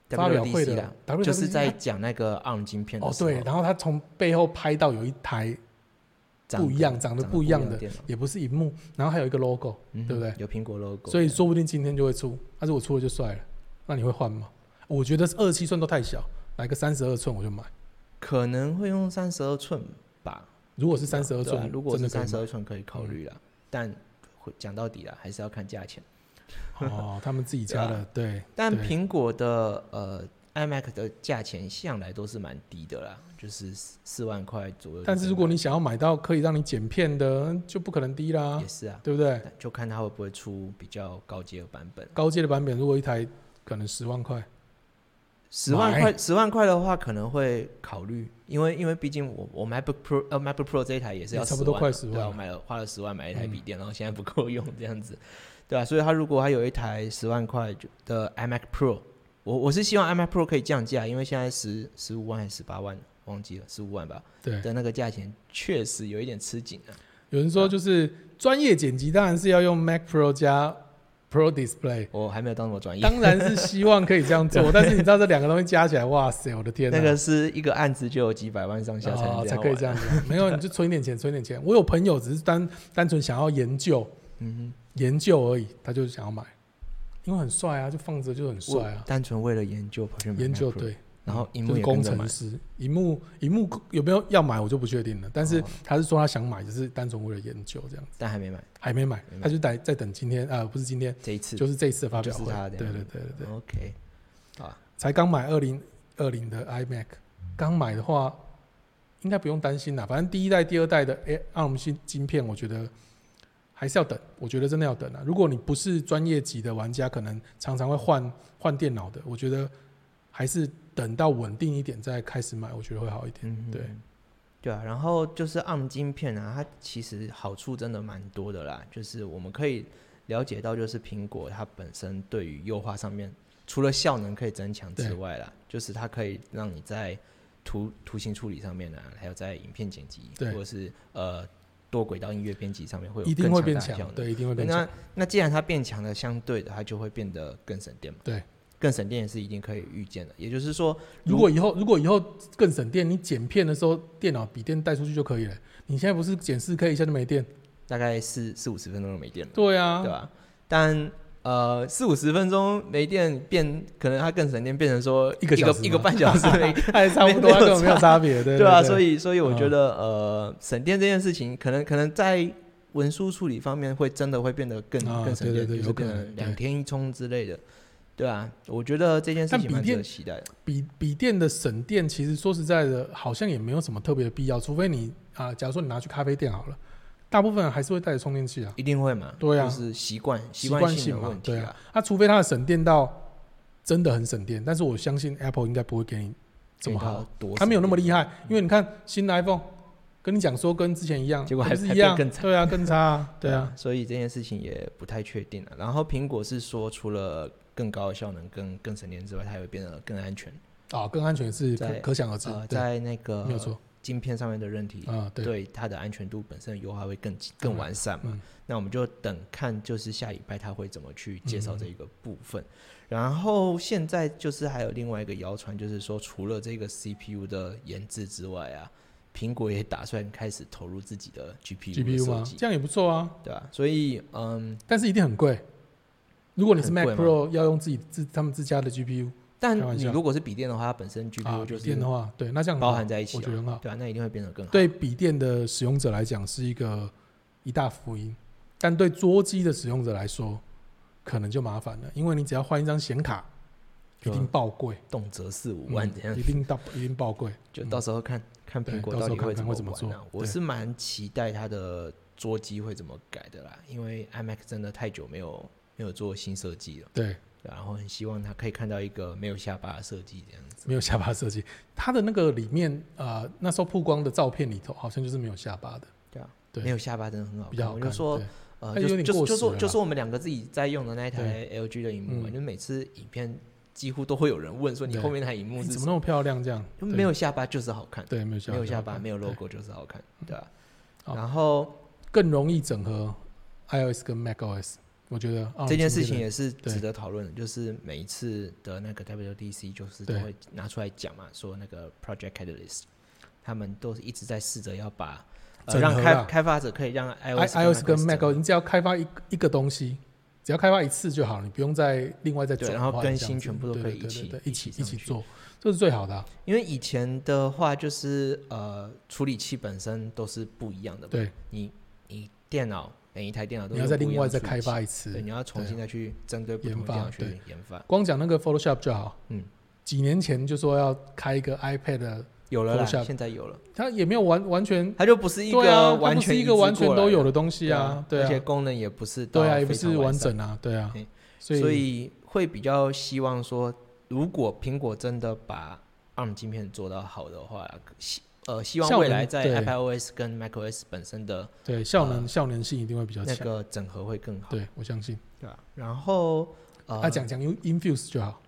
Speaker 2: 发表会
Speaker 1: WWDC
Speaker 2: 的
Speaker 1: 啦，
Speaker 2: ，WWDC
Speaker 1: 就是在讲那个 ARM 晶片的
Speaker 2: 哦
Speaker 1: 时候
Speaker 2: 对，然后他从背后拍到有一台
Speaker 1: 长
Speaker 2: 不一样长得
Speaker 1: 得
Speaker 2: 不一样的
Speaker 1: 电脑，
Speaker 2: 也不是荧幕，然后还有一个 logo，
Speaker 1: 嗯哼
Speaker 2: 对不对
Speaker 1: 有苹果 logo，
Speaker 2: 所以说不定今天就会出。但是我出了就帅了，那你会换吗？我觉得二十七寸都太小，来个三十二寸我就买。
Speaker 1: 可能会用三十二寸吧。
Speaker 2: 如果是三十二
Speaker 1: 对啊
Speaker 2: 寸，
Speaker 1: 如果是
Speaker 2: 真
Speaker 1: 三
Speaker 2: 的
Speaker 1: 十
Speaker 2: 可以嗯
Speaker 1: 二寸可以考虑啦，但会讲到底啦，还是要看价钱。
Speaker 2: 买哦，他们自己 家的，对，
Speaker 1: 但
Speaker 2: 对
Speaker 1: 苹果的呃 iMac 的价钱向来都是蛮低的啦，就是四四万块左右就可以买。
Speaker 2: 但是如果你想要买到可以让你剪片的，就不可能低啦
Speaker 1: 也，是啊，
Speaker 2: 对不对？
Speaker 1: 但就看它会不会出比较高阶的版本。
Speaker 2: 高阶的版本如果一台可能十万块，
Speaker 1: 十万块，十万块的话可能会考虑，因为因为毕竟我我 MacBook Pro 呃 MacBook Pro 这一台也是要
Speaker 2: 也差不
Speaker 1: 10
Speaker 2: 多
Speaker 1: 万
Speaker 2: 快
Speaker 1: 嘛对
Speaker 2: 10万
Speaker 1: 啊，
Speaker 2: 了
Speaker 1: 我买了花了十万买一台
Speaker 2: 嗯
Speaker 1: 笔电，然后现在不够用这样子，对啊，所以他如果他有一台十万块就的 iMac Pro，我我是希望 iMac Pro 可以降价，因为现在十十五万还是十八万忘记了十五万吧
Speaker 2: 对。
Speaker 1: 的那个价钱确实有一点吃紧啊，
Speaker 2: 有人说就是专业剪辑当然是要用 Mac Pro 加 Pro Display，
Speaker 1: 我还没有到那么专业。
Speaker 2: 当然是希望可以这样做，但是你知道这两个东西加起来，哇塞，我的天、啊，
Speaker 1: 那个是一个案子就有几百万上下才能、
Speaker 2: 哦
Speaker 1: 这
Speaker 2: 才
Speaker 1: 样
Speaker 2: 可以
Speaker 1: 玩
Speaker 2: 这样子，没有你就存一点钱，存一点钱。我有朋友只是单单纯想要研究
Speaker 1: 嗯
Speaker 2: 研究而已，他就想要买，因为很帅啊，就放着就很
Speaker 1: 哼，我
Speaker 2: 帅啊，
Speaker 1: 单纯为了研究跑去买
Speaker 2: 研究
Speaker 1: Mac Pro
Speaker 2: 对。嗯
Speaker 1: 然后荧
Speaker 2: 就
Speaker 1: 幕
Speaker 2: 是
Speaker 1: 也
Speaker 2: 工
Speaker 1: 跟着
Speaker 2: 程
Speaker 1: 买，
Speaker 2: 师，荧幕荧幕有没有要买我就不确定了，但是
Speaker 1: 哦
Speaker 2: 他是说他想买，就是单纯为了研究这样子，
Speaker 1: 但还没买
Speaker 2: 还没买
Speaker 1: 没，买
Speaker 2: 他就在在等今天啊、不是今天，
Speaker 1: 这一次。
Speaker 2: 就是这一次的发表
Speaker 1: 就
Speaker 2: 会
Speaker 1: 是他，这
Speaker 2: 对对
Speaker 1: 样
Speaker 2: 对对对，
Speaker 1: OK，啊，
Speaker 2: 才刚买二零二零的 iMac，刚买的话应该不用担心啦，反正第一代、第二代的 ARM 芯晶片，我觉得还是要等，我觉得真的要等啊。如果你不是专业级的玩家，可能常常会换换电脑的，我觉得还是等到稳定一点再开始买，我觉得会好一点。
Speaker 1: 嗯，
Speaker 2: 对，
Speaker 1: 对啊。然后就是 ARM 晶片啊，它其实好处真的蛮多的啦，就是我们可以了解到，就是苹果它本身对于优化上面，除了效能可以增强之
Speaker 2: 对
Speaker 1: 外啦，就是它可以让你在图图形处理上面啊，还有在影片剪辑
Speaker 2: 对
Speaker 1: 或者是呃多轨道音乐编辑上面会有
Speaker 2: 一定
Speaker 1: 更
Speaker 2: 会
Speaker 1: 强
Speaker 2: 变
Speaker 1: 大的效
Speaker 2: 强，
Speaker 1: 能
Speaker 2: 对，一定会变强。
Speaker 1: 那那既然它变强了，相对的它就会变得更省电嘛。
Speaker 2: 对，
Speaker 1: 更省电也是一定可以预见的。也就是说，
Speaker 2: 如果以后如果以后更省电，你剪片的时候电脑笔电带出去就可以了。你现在不是剪四 K 一下就没电？
Speaker 1: 大概四四五十分钟就没电了，
Speaker 2: 对啊，
Speaker 1: 对吧、但呃，四五十分钟没电变，可能它更省电，变成说
Speaker 2: 一个
Speaker 1: 一
Speaker 2: 小
Speaker 1: 个
Speaker 2: 时
Speaker 1: 一个
Speaker 2: 吗，
Speaker 1: 半小时没电
Speaker 2: 还差 不多，啊
Speaker 1: 没有
Speaker 2: 根本没有差别，对
Speaker 1: 对啊。
Speaker 2: 以
Speaker 1: 所以所以我觉
Speaker 2: 嗯
Speaker 1: 得、呃，省电这件事情，可能可能在文书处理方面会真的会变得更、
Speaker 2: 啊
Speaker 1: 更省
Speaker 2: 对对
Speaker 1: 电，
Speaker 2: 对
Speaker 1: 就是
Speaker 2: 有可
Speaker 1: 变
Speaker 2: 能
Speaker 1: 成两
Speaker 2: 对
Speaker 1: 天一充之类的。对啊，我觉得这件事
Speaker 2: 但
Speaker 1: 情
Speaker 2: 笔
Speaker 1: 蛮值
Speaker 2: 电
Speaker 1: 得期待的。
Speaker 2: 笔笔电的省电，其实说实在的，好像也没有什么特别的必要，除非你啊、假如说你拿去咖啡店好了，大部分人还是会带着充电器啊，
Speaker 1: 一定会嘛？
Speaker 2: 对啊
Speaker 1: 就是习惯习
Speaker 2: 习
Speaker 1: 惯
Speaker 2: 惯
Speaker 1: 性的
Speaker 2: 嘛
Speaker 1: 问，题
Speaker 2: 对。啊，除非它的省电到真的很省电，但是我相信 Apple 应该不会给你这
Speaker 1: 给
Speaker 2: 么
Speaker 1: 它
Speaker 2: 好，
Speaker 1: 多？
Speaker 2: 它没有那么厉害，因为你看新的 iPhone，跟你讲说跟之前一样，
Speaker 1: 结果
Speaker 2: 那
Speaker 1: 还
Speaker 2: 不是
Speaker 1: 还
Speaker 2: 一样，
Speaker 1: 变更惨
Speaker 2: 对啊，更差、 啊，对啊，，
Speaker 1: 所以这件事情也不太确定了。啊然后苹果是说，除了更高的效能、更更省电之外，它也会变得更安全。
Speaker 2: 啊，更安全是可
Speaker 1: 在
Speaker 2: 可想而知
Speaker 1: 呃，，
Speaker 2: 对，
Speaker 1: 在那个
Speaker 2: 没有错，
Speaker 1: 晶片上面的韧体，
Speaker 2: 啊，对，
Speaker 1: 对它的安全度本身的优化会更
Speaker 2: 当
Speaker 1: 更
Speaker 2: 然
Speaker 1: 完善嘛。
Speaker 2: 嗯
Speaker 1: 那我们就等看，就是下礼拜他会怎么去介绍这一个部
Speaker 2: 嗯
Speaker 1: 分。然后现在就是还有另外一个谣传，就是说除了这个 CPU 的研制之外啊，苹果也打算开始投入自己的 GPU 的
Speaker 2: ，GPU
Speaker 1: 设
Speaker 2: 吗？
Speaker 1: 计，
Speaker 2: 这样也不错啊，
Speaker 1: 对吧、所以，嗯，
Speaker 2: 但是一定很贵。如果你是
Speaker 1: 很
Speaker 2: Mac
Speaker 1: 贵吗
Speaker 2: Pro 要用自己自他们自家的 GPU 开
Speaker 1: 但
Speaker 2: 玩
Speaker 1: 你
Speaker 2: 笑
Speaker 1: 如果是笔电的话，它本身
Speaker 2: 啊，
Speaker 1: GPU 就
Speaker 2: 笔
Speaker 1: 是
Speaker 2: 电的话，对，那这样很好
Speaker 1: 包含在一起
Speaker 2: 我
Speaker 1: 啊
Speaker 2: 觉得很好。
Speaker 1: 对啊，那一定会变得更好。
Speaker 2: 对笔电的使用者来讲是一个一大福音，但对桌机的使用者来说，可能就麻烦了，因为你只要换一张显卡，一
Speaker 1: 就
Speaker 2: 定爆贵，
Speaker 1: 动辄四五
Speaker 2: 嗯
Speaker 1: 万这样，
Speaker 2: 一定到一定爆贵。
Speaker 1: 就到时候看看
Speaker 2: 对
Speaker 1: 苹果
Speaker 2: 到时
Speaker 1: 到
Speaker 2: 候
Speaker 1: 底
Speaker 2: 看
Speaker 1: 会
Speaker 2: 看
Speaker 1: 怎
Speaker 2: 会怎么
Speaker 1: 玩啊
Speaker 2: 做。
Speaker 1: 我
Speaker 2: 对
Speaker 1: 是蛮期待它的桌机会怎么改的啦，因为 iMac 真的太久没有没有做新设计了，
Speaker 2: 对，
Speaker 1: 对啊然后很希望它可以看到一个没有下巴的设计这样子。
Speaker 2: 没有下巴设计，它的那个里面呃那时候曝光的照片里头好像就是没有下巴的，
Speaker 1: 对啊，
Speaker 2: 对
Speaker 1: 没有下巴真的很好
Speaker 2: 比
Speaker 1: 看。
Speaker 2: 较好
Speaker 1: 我
Speaker 2: 看。
Speaker 1: 就说
Speaker 2: 对，
Speaker 1: 呃，
Speaker 2: 它
Speaker 1: 就
Speaker 2: 有
Speaker 1: 是
Speaker 2: 点
Speaker 1: 就是
Speaker 2: 过
Speaker 1: 就
Speaker 2: 时
Speaker 1: 是
Speaker 2: 了
Speaker 1: 就是我们两个自己在用的那一台 LG 的荧幕嘛，
Speaker 2: 嗯
Speaker 1: 就每次影片几乎都会有人问说你
Speaker 2: 对
Speaker 1: 后面那台荧幕
Speaker 2: 你
Speaker 1: 是
Speaker 2: 哎
Speaker 1: 什
Speaker 2: 怎么那么漂亮这样？
Speaker 1: 因为
Speaker 2: 对
Speaker 1: 没有下巴就是好看，
Speaker 2: 对，没有下
Speaker 1: 没有
Speaker 2: 巴，
Speaker 1: 下巴
Speaker 2: 对
Speaker 1: 没有 logo 就是好看，对吧？
Speaker 2: 好
Speaker 1: 然后
Speaker 2: 更容易整合 iOS 跟 macOS。我觉得啊
Speaker 1: 这件事，
Speaker 2: Orange
Speaker 1: 情
Speaker 2: Mini
Speaker 1: 也是
Speaker 2: 对
Speaker 1: 值得讨论的，就是每一次的那个 WDC 就是都
Speaker 2: 对
Speaker 1: 会拿出来讲嘛，说那个 Project Catalyst，他们都是一直在试着要把、呃、
Speaker 2: 整
Speaker 1: 让
Speaker 2: 合啊
Speaker 1: 开
Speaker 2: 啦
Speaker 1: 开发者可以让
Speaker 2: i
Speaker 1: iOS
Speaker 2: iOS 跟
Speaker 1: Mac
Speaker 2: macOS，你只要开发一一个东西，只要开发一次就好了，你不用再另外再
Speaker 1: 对
Speaker 2: 转
Speaker 1: 然后
Speaker 2: 换
Speaker 1: 更
Speaker 2: 这样
Speaker 1: 新
Speaker 2: 子
Speaker 1: 全部都
Speaker 2: 对
Speaker 1: 可以
Speaker 2: 对
Speaker 1: 一
Speaker 2: 对
Speaker 1: 起
Speaker 2: 对
Speaker 1: 一
Speaker 2: 一起
Speaker 1: 起
Speaker 2: 一起
Speaker 1: 上去
Speaker 2: 做，这是最好的啊。
Speaker 1: 因为以前的话就是呃处理器本身都是不一样的嘛，
Speaker 2: 对，
Speaker 1: 你你电脑每一台电脑都
Speaker 2: 你要
Speaker 1: 有
Speaker 2: 再
Speaker 1: 不一
Speaker 2: 另
Speaker 1: 样
Speaker 2: 外
Speaker 1: 的
Speaker 2: 再
Speaker 1: 处理
Speaker 2: 开发
Speaker 1: 器，
Speaker 2: 一次
Speaker 1: 对，。你要重
Speaker 2: 对
Speaker 1: 新再去针对不
Speaker 2: 研
Speaker 1: 同的电
Speaker 2: 发
Speaker 1: 脑去
Speaker 2: 对
Speaker 1: 研发，
Speaker 2: 光讲那个 Photoshop 就好，
Speaker 1: 嗯，
Speaker 2: 几年前就说要开一个 iPad 的，
Speaker 1: 有了啦，
Speaker 2: Photoshop
Speaker 1: 现在有了，
Speaker 2: 它也没有完完全，
Speaker 1: 它就不是一
Speaker 2: 对啊，
Speaker 1: 个
Speaker 2: 它
Speaker 1: 完
Speaker 2: 不
Speaker 1: 全移
Speaker 2: 是一
Speaker 1: 植
Speaker 2: 个完全
Speaker 1: 过来
Speaker 2: 都
Speaker 1: 的
Speaker 2: 有的东西啊，对
Speaker 1: 而且
Speaker 2: 啊，
Speaker 1: 功能也不是到
Speaker 2: 对啊，也不
Speaker 1: 非常
Speaker 2: 是完
Speaker 1: 完善，
Speaker 2: 整啊，对啊
Speaker 1: 对，
Speaker 2: 所以
Speaker 1: 所以会比较希望说，如果苹果真的把 ARM 晶片做到好的话，希呃希望
Speaker 2: 效能
Speaker 1: 未来在
Speaker 2: 对
Speaker 1: iPadOS 跟 macOS 本身的
Speaker 2: 对效能效能性一定会比较
Speaker 1: 呃那
Speaker 2: 强，
Speaker 1: 个整合会更好，
Speaker 2: 对我相信。
Speaker 1: 对吧？然后呃，
Speaker 2: 啊，讲讲用 Infuse 就好。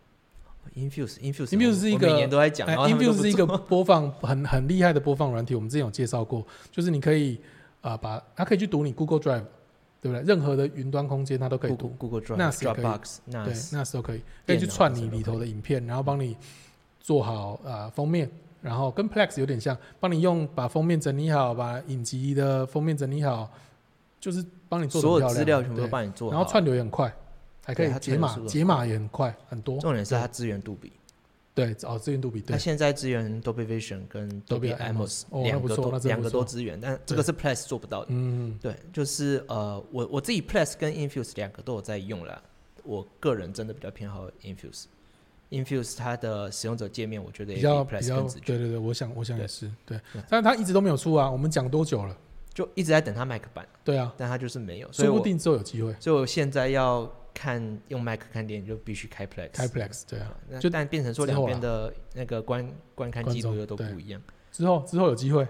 Speaker 1: Infuse Infuse
Speaker 2: Infuse 是一个
Speaker 1: 每年都在讲，
Speaker 2: 哎
Speaker 1: 然后他们都
Speaker 2: Infuse
Speaker 1: 不
Speaker 2: 是一个
Speaker 1: 做
Speaker 2: 播放很很厉害的播放软体，我们之前有介绍过，就是你可以啊、呃把它可以去读你 Google Drive，对不对？任何的云端空间它都可以
Speaker 1: Google
Speaker 2: 读，
Speaker 1: Google Drive、
Speaker 2: NAS 也可以
Speaker 1: Dropbox、
Speaker 2: 对
Speaker 1: NAS，
Speaker 2: 那时候可以可以去串你里头的影片，然后帮你做好啊封面，然后跟 Plex 有点像，帮你用把封面整理好，把影集的封面整理好，就是帮你做得
Speaker 1: 所
Speaker 2: 很
Speaker 1: 有
Speaker 2: 漂
Speaker 1: 资
Speaker 2: 亮啊
Speaker 1: 料全部都
Speaker 2: 对
Speaker 1: 帮你做好，
Speaker 2: 然后串流也很快，还可
Speaker 1: 对
Speaker 2: 以
Speaker 1: 它
Speaker 2: 解
Speaker 1: 串流速
Speaker 2: 码
Speaker 1: 度很
Speaker 2: 解码也很快，很多
Speaker 1: 重点是它资源度比。
Speaker 2: 对哦资源度比对
Speaker 1: 它。现在支援 Dolby Vision 跟
Speaker 2: Dolby
Speaker 1: Dolby
Speaker 2: Atmos
Speaker 1: Atmos
Speaker 2: 哦那
Speaker 1: 两
Speaker 2: 不
Speaker 1: 个
Speaker 2: 错那
Speaker 1: 都
Speaker 2: 真的
Speaker 1: 两
Speaker 2: 不
Speaker 1: 个
Speaker 2: 错
Speaker 1: 都支援，但这个是 Plus 做不到的。
Speaker 2: 嗯，
Speaker 1: 对，就是呃，我我自己 Plus 跟 Infuse 两个都有在用啦。我个人真的比较偏好 Infuse。Infuse 它的使用者界面，我觉得也
Speaker 2: 比较比
Speaker 1: Plus
Speaker 2: 较
Speaker 1: 更直觉，
Speaker 2: 对对对，我想我想也是对
Speaker 1: 对，
Speaker 2: 但是他一直都没有出啊，我们讲多久了？
Speaker 1: 就一直在等它 Mac 版，
Speaker 2: 对啊，
Speaker 1: 但它就是没有，所以
Speaker 2: 说
Speaker 1: 我
Speaker 2: 不定之后有机会
Speaker 1: 所以我现在要看用 Mac 看电影就必须开 Plex，
Speaker 2: 开 Plex，对啊，
Speaker 1: 那
Speaker 2: 就
Speaker 1: 但变成说
Speaker 2: 之
Speaker 1: 两
Speaker 2: 后
Speaker 1: 边
Speaker 2: 啦
Speaker 1: 的那个观观看
Speaker 2: 观
Speaker 1: 记录
Speaker 2: 众
Speaker 1: 又都
Speaker 2: 对
Speaker 1: 不一样。
Speaker 2: 之后之后有机会，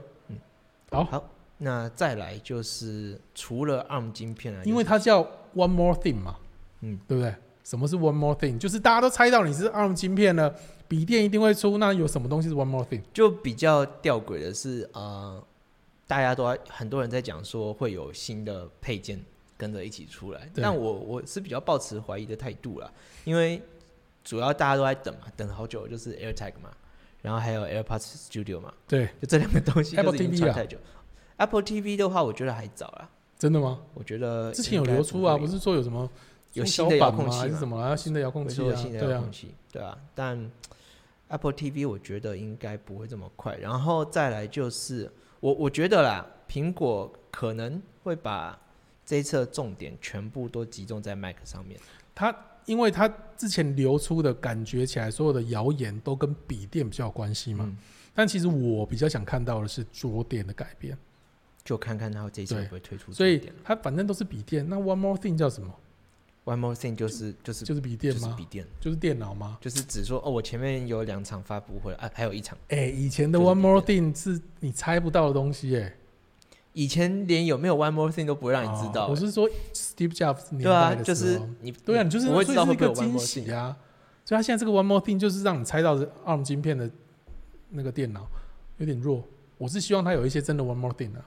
Speaker 2: 好
Speaker 1: 好，那再来就是除了 ARM 晶片啊，
Speaker 2: 因为
Speaker 1: 就是
Speaker 2: 它叫 One More Thing 嘛，
Speaker 1: 嗯，
Speaker 2: 对不对？什么是 One More Thing？就是大家都猜到你是 ARM 晶片了，笔电一定会出，那有什么东西是 One More Thing？
Speaker 1: 就比较吊诡的是，呃，大家都在很多人在讲说会有新的配件跟着一起出来，
Speaker 2: 对
Speaker 1: 但我我是比较抱持怀疑的态度啦，因为主要大家都在等嘛，等了好久就是 AirTag 嘛，然后还有 AirPods Studio 嘛，
Speaker 2: 对，
Speaker 1: 就这两个东西就是
Speaker 2: Apple
Speaker 1: 已经
Speaker 2: TV
Speaker 1: 传
Speaker 2: 啊
Speaker 1: 太久。Apple TV 的话，我觉得还早啦，
Speaker 2: 真的吗？
Speaker 1: 我觉得
Speaker 2: 之前有
Speaker 1: 应该
Speaker 2: 流出啊，
Speaker 1: 会
Speaker 2: 不是说有什么
Speaker 1: 有
Speaker 2: 缩
Speaker 1: 新
Speaker 2: 小
Speaker 1: 的遥
Speaker 2: 版
Speaker 1: 控
Speaker 2: 吗
Speaker 1: 器
Speaker 2: 还是
Speaker 1: 嘛
Speaker 2: 什么啊？要新的遥控
Speaker 1: 会
Speaker 2: 器
Speaker 1: 说有
Speaker 2: 啊
Speaker 1: 新，的
Speaker 2: 对
Speaker 1: 遥
Speaker 2: 啊
Speaker 1: 控，器，对啊，但 Apple TV 我觉得应该不会这么快。然后再来就是我我觉得啦，苹果可能会把这一次的重点全部都集中在 Mac 上面。
Speaker 2: 它因为它之前流出的感觉起来，所有的谣言都跟笔电比较有关系嘛。
Speaker 1: 嗯
Speaker 2: 但其实我比较想看到的是桌垫的改变，
Speaker 1: 就看看它这一次会
Speaker 2: 对
Speaker 1: 不会推出
Speaker 2: 所
Speaker 1: 重
Speaker 2: 以
Speaker 1: 点。
Speaker 2: 它反正都是笔电。那 One More Thing 叫什么？
Speaker 1: One more thing 就是就是
Speaker 2: 就是笔
Speaker 1: 就
Speaker 2: 电
Speaker 1: 是
Speaker 2: 吗
Speaker 1: 笔？电，
Speaker 2: 就是电脑吗？
Speaker 1: 就是只说哦，我前面有两场发布会啊，还有一场。
Speaker 2: 哎、以前的
Speaker 1: 就是
Speaker 2: One
Speaker 1: 笔
Speaker 2: More Thing 是你猜不到的东西、哎，
Speaker 1: 以前连有没有 One more thing 都不会让你知道、哎
Speaker 2: 哦我是说 Steve Jobs 年
Speaker 1: 对啊
Speaker 2: 代，的
Speaker 1: 就
Speaker 2: 时候，
Speaker 1: 是你
Speaker 2: 对啊，你就是
Speaker 1: 不会
Speaker 2: 所
Speaker 1: 知
Speaker 2: 以
Speaker 1: 道
Speaker 2: 是
Speaker 1: 会
Speaker 2: 一
Speaker 1: 不会
Speaker 2: 个
Speaker 1: 有 one
Speaker 2: 惊
Speaker 1: more thing
Speaker 2: 喜啊。所以它现在这个 One More Thing 就是让你猜到是 ARM 晶片的那个电脑有点弱。我是希望它有一些真的 One More Thing 啊，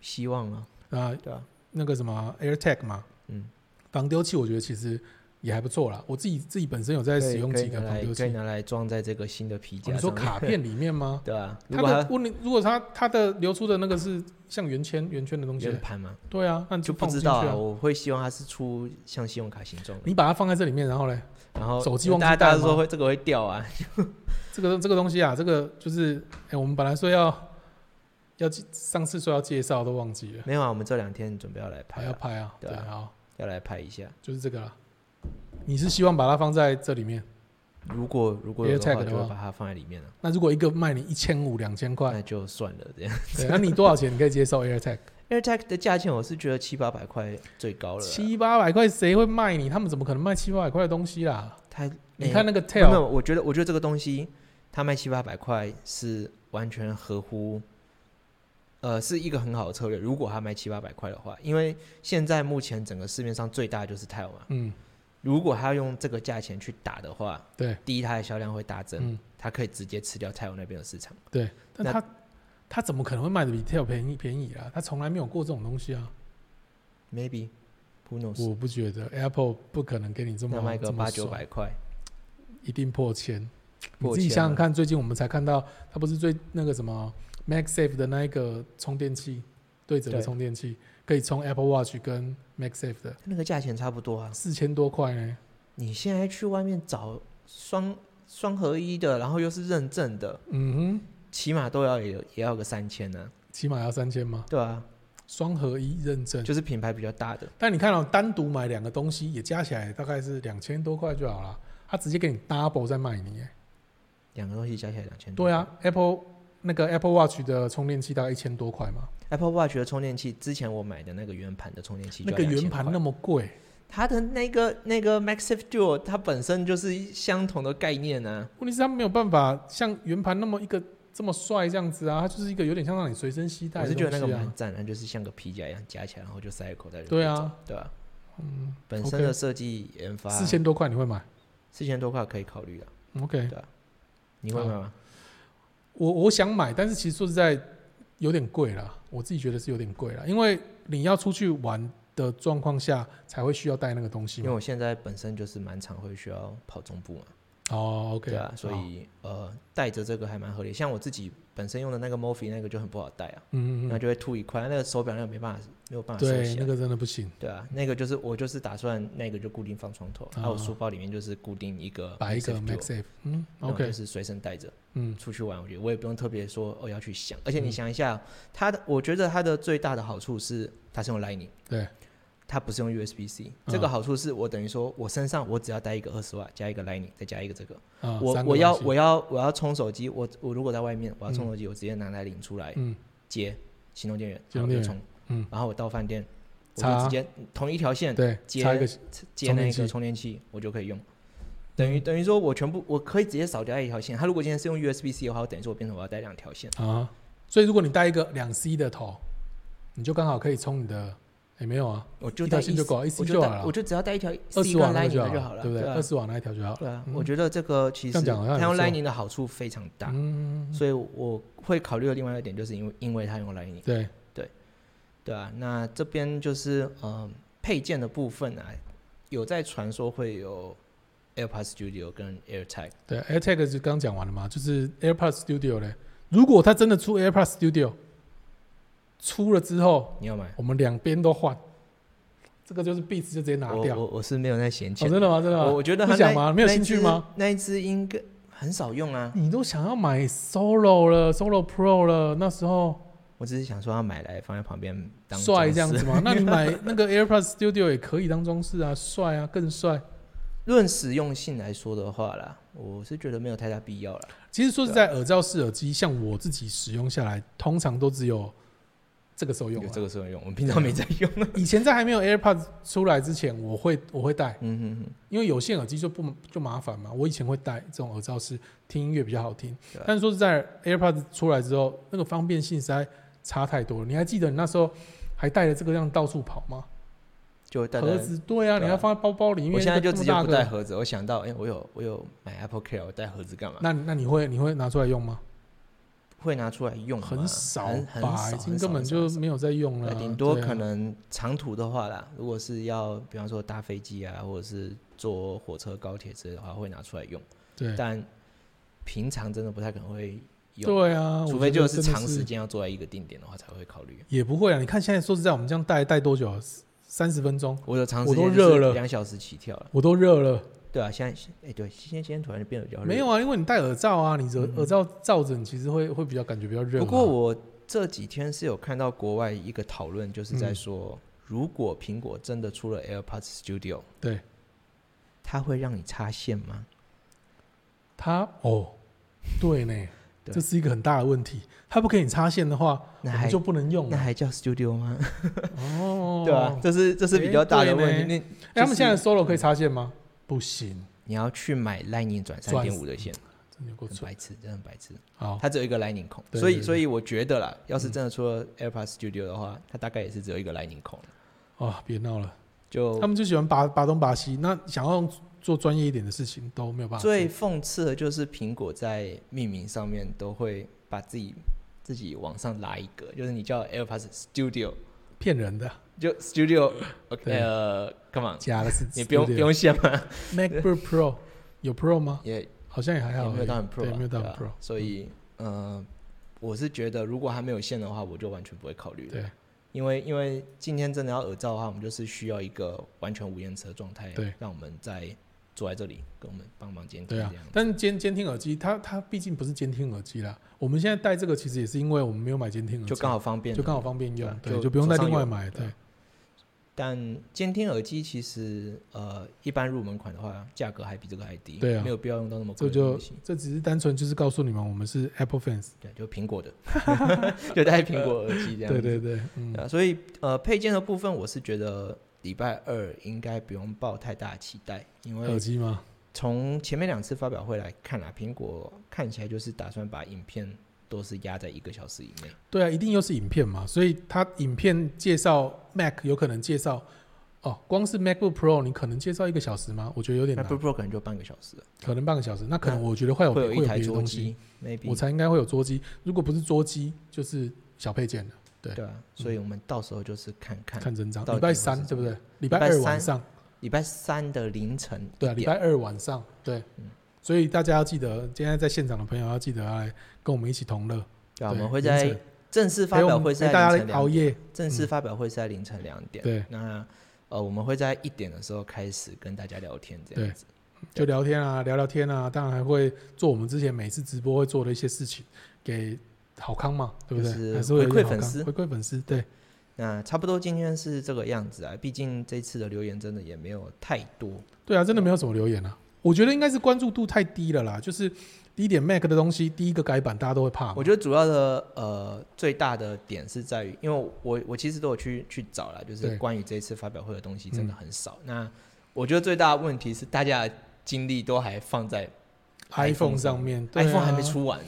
Speaker 1: 希望啊，
Speaker 2: 啊，
Speaker 1: 对啊，
Speaker 2: 那个什么 AirTag 嘛，
Speaker 1: 嗯，
Speaker 2: 防丢器我觉得其实也还不错啦。我自己自己本身有在
Speaker 1: 对
Speaker 2: 使用
Speaker 1: 可以
Speaker 2: 几个
Speaker 1: 拿
Speaker 2: 防
Speaker 1: 来
Speaker 2: 丢器
Speaker 1: 可以，拿来装在这个新的皮
Speaker 2: 哦
Speaker 1: 夹
Speaker 2: 你
Speaker 1: 上
Speaker 2: 说
Speaker 1: 面。？
Speaker 2: 卡片里面吗
Speaker 1: 对啊，如
Speaker 2: 它
Speaker 1: 果
Speaker 2: 的
Speaker 1: 它
Speaker 2: 问题，如果它它的流出的那个是像圆圈圆圈的东西
Speaker 1: 圆，盘嘛，
Speaker 2: 对啊，那你
Speaker 1: 就不
Speaker 2: 放
Speaker 1: 知
Speaker 2: 进
Speaker 1: 道
Speaker 2: 去
Speaker 1: 啊。
Speaker 2: 啊。
Speaker 1: 我会希望它是出像信用卡形状的，
Speaker 2: 你把它放在这里面，然后嘞，
Speaker 1: 然后
Speaker 2: 手机
Speaker 1: 因为
Speaker 2: 忘记
Speaker 1: 大家大
Speaker 2: 带
Speaker 1: 家都说
Speaker 2: 吗
Speaker 1: 会这个会掉啊，
Speaker 2: 这个这个东西啊，这个就是，哎，我们本来说要要介上次说要介绍都忘记了，
Speaker 1: 没有啊。我们这两天准备要来
Speaker 2: 还
Speaker 1: 拍
Speaker 2: 要
Speaker 1: 啊，
Speaker 2: 拍啊，
Speaker 1: 对
Speaker 2: 对
Speaker 1: 啊
Speaker 2: 啊，
Speaker 1: 要来拍一下。
Speaker 2: 就是这个啦。你是希望把它放在这里面？
Speaker 1: 如果如果有的
Speaker 2: AirTag
Speaker 1: 话，
Speaker 2: 的
Speaker 1: 就会
Speaker 2: 话
Speaker 1: 把它放在里面了，
Speaker 2: 那如果一个卖你一千五、两千块，
Speaker 1: 那就算了这样。
Speaker 2: 对，那你多少钱你可以接受 AirTag？
Speaker 1: AirTag 的价钱我是觉得七八百块最高了啊，
Speaker 2: 七八百块谁会卖你？他们怎么可能卖七八百块的东西啦？
Speaker 1: 它
Speaker 2: 你看那个
Speaker 1: 没有没
Speaker 2: Tail，
Speaker 1: 有，我觉得我觉得这个东西它卖七八百块是完全合乎，呃，是一个很好的策略。如果它卖七八百块的话，因为现在目前整个市面上最大就是 Tile 嘛，
Speaker 2: 嗯，
Speaker 1: 如果它用这个价钱去打的话，
Speaker 2: 对，
Speaker 1: 第一它的销量会大增，
Speaker 2: 嗯
Speaker 1: 它可以直接吃掉 Tile 那边的市场。
Speaker 2: 但
Speaker 1: 那
Speaker 2: 他他怎么可能会卖的比 Tail 便宜便宜啊？他从来没有过这种东西啊！
Speaker 1: Maybe who knows？
Speaker 2: 我不觉得 Apple 不可能给你这么
Speaker 1: 那卖个
Speaker 2: 这么
Speaker 1: 八九
Speaker 2: 爽
Speaker 1: 百块，
Speaker 2: 一定破千。你
Speaker 1: 破
Speaker 2: 自己
Speaker 1: 千
Speaker 2: 想
Speaker 1: 啊
Speaker 2: 想看，最近我们才看到，它不是最那个什么 MagSafe 的那一个充电器，对折的
Speaker 1: 对
Speaker 2: 充电器，可以充 Apple Watch 跟 MagSafe 的，
Speaker 1: 那个价钱差不多啊。
Speaker 2: 四千多块呢。
Speaker 1: 你现在去外面找双双合一的，然后又是认证的，
Speaker 2: 嗯哼，
Speaker 1: 起码都要有也要个三千啊呢，
Speaker 2: 起码要三千吗？
Speaker 1: 对啊，
Speaker 2: 双合一认证。
Speaker 1: 就是品牌比较大的，
Speaker 2: 但你看哦，单独买两个东西也加起来大概是两千多块就好了，它直接给你 double 再卖你耶。
Speaker 1: 两个东西加起来两千多。
Speaker 2: 对啊，Apple 那个 Apple Watch 的充电器大概一千多块嘛，
Speaker 1: ，Apple Watch 的充电器，之前我买的那个圆盘的充电器就
Speaker 2: 那
Speaker 1: 要
Speaker 2: 个圆盘
Speaker 1: 2000块
Speaker 2: 那么贵，
Speaker 1: 它的那个那个 Maxif Duo，它本身就是相同的概念啊。
Speaker 2: 问题是它没有办法像圆盘那么一个这么帅这样子啊，它就是一个有点像让你随身携带
Speaker 1: 我
Speaker 2: 的
Speaker 1: 是
Speaker 2: 东
Speaker 1: 觉
Speaker 2: 西啊。
Speaker 1: 得那个蛮赞的，它就是像个皮夹一样夹起来，然后就塞在口袋里。
Speaker 2: 对，啊，
Speaker 1: 对吧、
Speaker 2: 嗯，
Speaker 1: 本身
Speaker 2: OK
Speaker 1: 的设计研发
Speaker 2: 四千多块你会买
Speaker 1: 四千多块可以考虑啊，
Speaker 2: ？OK，
Speaker 1: 你会买吗？
Speaker 2: 我我想买，但是其实说实在有点贵啦，我自己觉得是有点贵啦，因为你要出去玩的状况下才会需要带那个东西
Speaker 1: 因为
Speaker 2: 嘛。
Speaker 1: 我现在本身就是蛮常会需要跑中部嘛，
Speaker 2: 哦，OK，
Speaker 1: 对啊，所
Speaker 2: 好
Speaker 1: 以呃带着这个还蛮合理。像我自己本身用的那个 Morphe 那个就很不好带啊，
Speaker 2: 嗯嗯
Speaker 1: 那
Speaker 2: 嗯，
Speaker 1: 就会凸一块，那个手表那个没办法没有办法收
Speaker 2: 对，
Speaker 1: 起
Speaker 2: 那
Speaker 1: 来。
Speaker 2: 个真的不行，
Speaker 1: 对啊，那个就是我就是打算那个就固定放床头，还有
Speaker 2: 啊
Speaker 1: 书包里面就是固定一个
Speaker 2: 摆一个
Speaker 1: MagSafe Duo，
Speaker 2: MagSafe，嗯
Speaker 1: 然后就
Speaker 2: ，OK，
Speaker 1: 是随身带着
Speaker 2: 嗯，
Speaker 1: 出去玩。我觉得我也不用特别说哦要去想，而且你想一下，它的我觉得它的最大的好处是它是用 Lightning，
Speaker 2: 对，
Speaker 1: 它不是用 USB-C。这个
Speaker 2: 啊
Speaker 1: 好处是我等于说我身上我只要带一个二十瓦，加一个 Lightning，再加一个这个。
Speaker 2: 啊
Speaker 1: 我
Speaker 2: 三个
Speaker 1: 我要
Speaker 2: 东西
Speaker 1: 我要我要充手机，我我如果在外面我要充手机，我直接拿来领出来
Speaker 2: 嗯
Speaker 1: 接，行动电源，
Speaker 2: 行动
Speaker 1: 然后就
Speaker 2: 电源
Speaker 1: 从
Speaker 2: 嗯，
Speaker 1: 然后我到饭店，我
Speaker 2: 插
Speaker 1: 就直接同一条线
Speaker 2: 对，
Speaker 1: 接
Speaker 2: 插一个
Speaker 1: 接
Speaker 2: 充
Speaker 1: 那
Speaker 2: 电
Speaker 1: 个
Speaker 2: 器
Speaker 1: 充电器，我就可以用。等于等于说我全部我可以直接少掉一条线。它如果今天是用 USB C 的话，我等于说我变成我要带两条线。
Speaker 2: 啊，所以如果你带一个两 C 的头，你就刚好可以充你的，也没有啊，
Speaker 1: 我就
Speaker 2: 一
Speaker 1: 带
Speaker 2: 条
Speaker 1: 一
Speaker 2: 线就够，一 C
Speaker 1: 我
Speaker 2: 就
Speaker 1: 就
Speaker 2: 好
Speaker 1: 带
Speaker 2: 了
Speaker 1: 我，就只要带一条 C
Speaker 2: 二十
Speaker 1: 跟
Speaker 2: 瓦那
Speaker 1: Lightning
Speaker 2: 个就
Speaker 1: 的就
Speaker 2: 好
Speaker 1: 好了，
Speaker 2: 对不对？
Speaker 1: 啊
Speaker 2: 二十瓦那一条就好了。
Speaker 1: 对啊，
Speaker 2: 嗯
Speaker 1: 我觉得这个其
Speaker 2: 这
Speaker 1: 实
Speaker 2: 样讲好
Speaker 1: 它
Speaker 2: 像也
Speaker 1: 用
Speaker 2: 不错
Speaker 1: Lightning 的好处非常大，
Speaker 2: 嗯，
Speaker 1: 所以我会考虑的另外一个点就是因为因为它用 Lightning，
Speaker 2: 对，
Speaker 1: 对啊，那这边就是嗯、呃配件的部分啊，有在传说会有 AirPods Studio 跟 AirTag，
Speaker 2: 对，AirTag 就刚讲完了嘛，就是 AirPods Studio 嘞。如果它真的出 AirPods Studio，出了之后，
Speaker 1: 你要买？
Speaker 2: 我们两边都换，这个就是 Beats 就直接拿
Speaker 1: 我
Speaker 2: 掉。哦，
Speaker 1: 我我是没有在闲钱，
Speaker 2: 真的吗？真的
Speaker 1: 我
Speaker 2: 吗？
Speaker 1: 我觉得
Speaker 2: 不
Speaker 1: 它
Speaker 2: 想
Speaker 1: 那
Speaker 2: 吗没有兴趣吗？
Speaker 1: 那一只那一只应该很少用啊，
Speaker 2: 你都想要买 Solo 了，Solo Pro 了，那时候
Speaker 1: 我只是想说要买来放在旁边当
Speaker 2: 帅
Speaker 1: 装
Speaker 2: 这样
Speaker 1: 饰
Speaker 2: 子 吗？那你买那个 AirPods Studio 也可以当装饰啊，帅啊，更帅。
Speaker 1: 论实用性来说的话啦，我是觉得没有太大必要了。
Speaker 2: 其实说实在，
Speaker 1: 啊
Speaker 2: 耳罩式耳机，像我自己使用下来，通常都只有这个时候用
Speaker 1: 有
Speaker 2: 啊
Speaker 1: 这。个时候用，我们平常没在 用。
Speaker 2: 以前在还没有 AirPods 出来之前，我会我会戴，
Speaker 1: 嗯哼哼，
Speaker 2: 因为有线耳机就不就麻烦嘛。我以前会戴这种耳罩式，听音乐比较好听
Speaker 1: 对。啊
Speaker 2: 但是说实在，AirPods 出来之后，那个方便性实在差太多了。你还记得你那时候还带着这个这样到处跑吗？
Speaker 1: 就带
Speaker 2: 盒
Speaker 1: 在。
Speaker 2: 子对啊，
Speaker 1: 对啊
Speaker 2: 你要放在包包里面。
Speaker 1: 我现在就直接
Speaker 2: 这么大
Speaker 1: 不
Speaker 2: 个
Speaker 1: 带盒子。我想到，哎、我有我有买 Apple Care，我带盒子干嘛？
Speaker 2: 那你那你会你会拿出来用吗？
Speaker 1: 会拿出来用吗啊
Speaker 2: 很少
Speaker 1: 很很
Speaker 2: 吧，
Speaker 1: 少很
Speaker 2: 已经
Speaker 1: 少
Speaker 2: 根本
Speaker 1: 很少
Speaker 2: 就
Speaker 1: 很少
Speaker 2: 没有在用了
Speaker 1: 对
Speaker 2: 啊。
Speaker 1: 顶多
Speaker 2: 对啊
Speaker 1: 可能长途的话啦，如果是要比方说搭飞机啊，或者是坐火车、高铁之类的话，会拿出来用。
Speaker 2: 对
Speaker 1: 但平常真的不太可能会用，
Speaker 2: 对啊，
Speaker 1: 除
Speaker 2: 我
Speaker 1: 非
Speaker 2: 觉
Speaker 1: 就
Speaker 2: 得
Speaker 1: 是
Speaker 2: 真的
Speaker 1: 长时间要坐在一个定点的话才会考虑。
Speaker 2: 也不会啊。你看现在说实在，我们这样戴戴多久啊？三十分钟，
Speaker 1: 我的长时
Speaker 2: 我
Speaker 1: 间就
Speaker 2: 都
Speaker 1: 是
Speaker 2: 热了
Speaker 1: 两小时起跳了。
Speaker 2: 我都热了。
Speaker 1: 对啊，现在哎、对，现在今天突然就变得比较热。
Speaker 2: 没有啊，因为你戴耳罩啊，你耳
Speaker 1: 嗯
Speaker 2: 耳罩罩着，你其实会会比较感觉比较热啊。
Speaker 1: 不过我这几天是有看到国外一个讨论，就是在说，
Speaker 2: 嗯
Speaker 1: 如果苹果真的出了 AirPods Studio，
Speaker 2: 对
Speaker 1: 它会让你插线吗？
Speaker 2: 它哦，对呢，
Speaker 1: 对
Speaker 2: 这是一个很大的问题。它不给你插线的话，
Speaker 1: 那
Speaker 2: 我们
Speaker 1: 还
Speaker 2: 就不能用
Speaker 1: 那
Speaker 2: 了。
Speaker 1: 还叫 Studio 吗？
Speaker 2: 哦，
Speaker 1: 对啊，嗯这是这是比较大的问
Speaker 2: 诶
Speaker 1: 题。
Speaker 2: 哎
Speaker 1: 那
Speaker 2: 他们现在 Solo 可以插线吗？不行，
Speaker 1: 你要去买 Lightning 转三
Speaker 2: 转
Speaker 1: 点五的线，
Speaker 2: 真的有够
Speaker 1: 很
Speaker 2: 蠢。
Speaker 1: 白痴，真的很白痴。
Speaker 2: 好，
Speaker 1: 它只有一个 Lightning 孔，
Speaker 2: 对
Speaker 1: 所以
Speaker 2: 对对嗯
Speaker 1: 所以我觉得啦，要是真的出了 AirPods Studio 的话，它大概也是只有一个 Lightning 孔，
Speaker 2: 哦，别闹了。
Speaker 1: 就
Speaker 2: 他们就喜欢拔拔东拔西，那想要做专业一点的事情都没有办法做。
Speaker 1: 最讽刺的就是苹果在命名上面都会把自己自己往上拉一格，就是你叫 AirPods Studio，
Speaker 2: 骗人的，
Speaker 1: 就 Studio，OK，
Speaker 2: 对
Speaker 1: 呃，Come on，
Speaker 2: 假的是
Speaker 1: 你不用不用谢吗？
Speaker 2: MacBook Pro 有 Pro 吗？
Speaker 1: 也
Speaker 2: 好像也还
Speaker 1: 也
Speaker 2: 好而已，
Speaker 1: 没有到很 Pro，
Speaker 2: 对，
Speaker 1: 啊
Speaker 2: 没有到很
Speaker 1: 对
Speaker 2: Pro 嗯
Speaker 1: 啊。所以呃，我是觉得如果还没有线的话，我就完全不会考虑了。
Speaker 2: 对
Speaker 1: 因为因为今天真的要耳罩的话，我们就是需要一个完全无延迟的状态，
Speaker 2: 对，
Speaker 1: 让我们在坐在这里跟我们帮忙监听
Speaker 2: 对
Speaker 1: 这
Speaker 2: 啊
Speaker 1: 样子。，
Speaker 2: 但是监监听耳机，它它毕竟不是监听耳机啦。我们现在戴这个其实也是因为我们没有买监听耳机，
Speaker 1: 就刚好方便了，
Speaker 2: 就刚好方便
Speaker 1: 对啊
Speaker 2: 用，
Speaker 1: 就
Speaker 2: 对，就不用再
Speaker 1: 手上
Speaker 2: 另外
Speaker 1: 有
Speaker 2: 买。
Speaker 1: 对
Speaker 2: 对
Speaker 1: 啊，但监听耳机其实呃，一般入门款的话，价格还比这个还低，
Speaker 2: 对啊
Speaker 1: 没有必要用到那么
Speaker 2: 这
Speaker 1: 贵的
Speaker 2: 就
Speaker 1: 东西。
Speaker 2: 这只是单纯就是告诉你们，我们是 Apple fans。
Speaker 1: 对，就苹果的， 就戴苹果耳机这样
Speaker 2: 对
Speaker 1: 子。
Speaker 2: 对对，嗯
Speaker 1: 对，啊，所以呃，配件的部分我是觉得礼拜二应该不用抱太大期待，因
Speaker 2: 耳
Speaker 1: 为
Speaker 2: 机吗？
Speaker 1: 从前面两次发表会来看啊，苹果看起来就是打算把影片都是压在一个小时以内。
Speaker 2: 对啊，一定又是影片嘛，所以它影片介绍 Mac 有可能介绍哦，光是 MacBook Pro 你可能介绍一个小时吗？我觉得有点
Speaker 1: 那
Speaker 2: 难，
Speaker 1: Pro Pro 可能就半个小时了，
Speaker 2: 可能半个小时。那可能我觉得会有
Speaker 1: 会
Speaker 2: 哦
Speaker 1: 有
Speaker 2: 会有
Speaker 1: 一台
Speaker 2: 别的
Speaker 1: 桌
Speaker 2: 东西，
Speaker 1: 机，maybe
Speaker 2: 我猜应该会有桌机。如果不是桌机，就是小配件了。对
Speaker 1: 对啊，所以我们到时候就是看看
Speaker 2: 看真章，
Speaker 1: 嗯到底
Speaker 2: 礼拜
Speaker 1: 会
Speaker 2: 三
Speaker 1: 是
Speaker 2: 对不对？礼
Speaker 1: 拜
Speaker 2: 拜
Speaker 1: 三
Speaker 2: 二晚上，
Speaker 1: 礼拜三的凌晨
Speaker 2: 对啊，
Speaker 1: 一
Speaker 2: 礼
Speaker 1: 点
Speaker 2: 拜二晚上，对
Speaker 1: 嗯。
Speaker 2: 所以大家要记得，今天在现场的朋友要记得要来跟我们一起同乐。
Speaker 1: 对啊，我
Speaker 2: 对
Speaker 1: 们会
Speaker 2: 凌
Speaker 1: 在
Speaker 2: 晨哎
Speaker 1: 正式发
Speaker 2: 陪我
Speaker 1: 表
Speaker 2: 们
Speaker 1: 会是在
Speaker 2: 陪大
Speaker 1: 凌晨
Speaker 2: 家熬
Speaker 1: 两点，
Speaker 2: 夜，嗯
Speaker 1: 正式发表会是在凌晨两点。
Speaker 2: 对，
Speaker 1: 那呃，我们会在一点的时候开始跟大家聊天，这样
Speaker 2: 对
Speaker 1: 子。
Speaker 2: 就聊天啊，聊聊天啊，当然还会做我们之前每次直播会做的一些事情，给好康嘛，对不对？
Speaker 1: 就是
Speaker 2: 还是会
Speaker 1: 回
Speaker 2: 有
Speaker 1: 馈
Speaker 2: 点好
Speaker 1: 粉
Speaker 2: 康
Speaker 1: 丝
Speaker 2: 回馈粉丝，对
Speaker 1: 那差不多今天是这个样子啊，毕竟这次的留言真的也没有太多。
Speaker 2: 对啊，真的没有什么留言啊。我觉得应该是关注度太低了啦，就是第一点，Mac 的东西第一个改版大家都会怕嘛，
Speaker 1: 我觉得主要的呃最大的点是在于，因为我我其实都有去去找啦，就是
Speaker 2: 对嗯
Speaker 1: 关于这一次发表会的东西真的很少。那我觉得最大的问题是大家的精力都还放在
Speaker 2: iPhone 上面对啊
Speaker 1: iPhone 还没出完，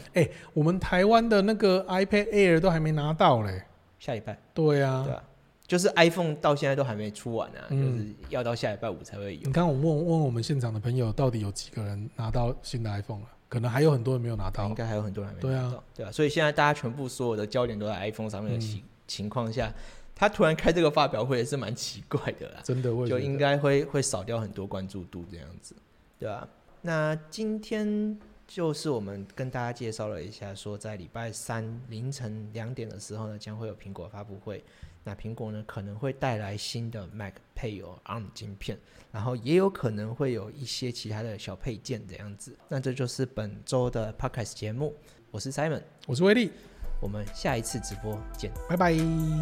Speaker 2: 我们台湾的那个 iPad Air 都还没拿到嘞。
Speaker 1: 下礼拜
Speaker 2: 对啊，
Speaker 1: 对啊，就是 iPhone 到现在都还没出完啊，就
Speaker 2: 嗯
Speaker 1: 是要到下礼拜五才会有
Speaker 2: 你。刚刚我们问问我们现场的朋友，到底有几个人拿到新的 iPhone 了？可能还有很多人没有拿
Speaker 1: 应
Speaker 2: 到。
Speaker 1: 该还有很多人还没
Speaker 2: 嗯对啊
Speaker 1: 拿到，对啊，所以现在大家全部所有的焦点都在 iPhone 上面的
Speaker 2: 嗯
Speaker 1: 情情况下，他突然开这个发表会也是蛮奇怪的啦。
Speaker 2: 真的，我也
Speaker 1: 就
Speaker 2: 觉
Speaker 1: 应
Speaker 2: 得
Speaker 1: 该会会少掉很多关注度这样子，对吧、那今天就是我们跟大家介绍了一下，说在礼拜三凌晨两点的时候呢，将会有苹果发布会。那苹果呢可能会带来新的 Mac 配有 ARM 晶片，然后也有可能会有一些其他的小配件这样子。那这就是本周的 Podcast 节目，我是 Simon，
Speaker 2: 我是威力，
Speaker 1: 我们下一次直播见，
Speaker 2: 拜拜。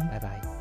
Speaker 1: 拜拜。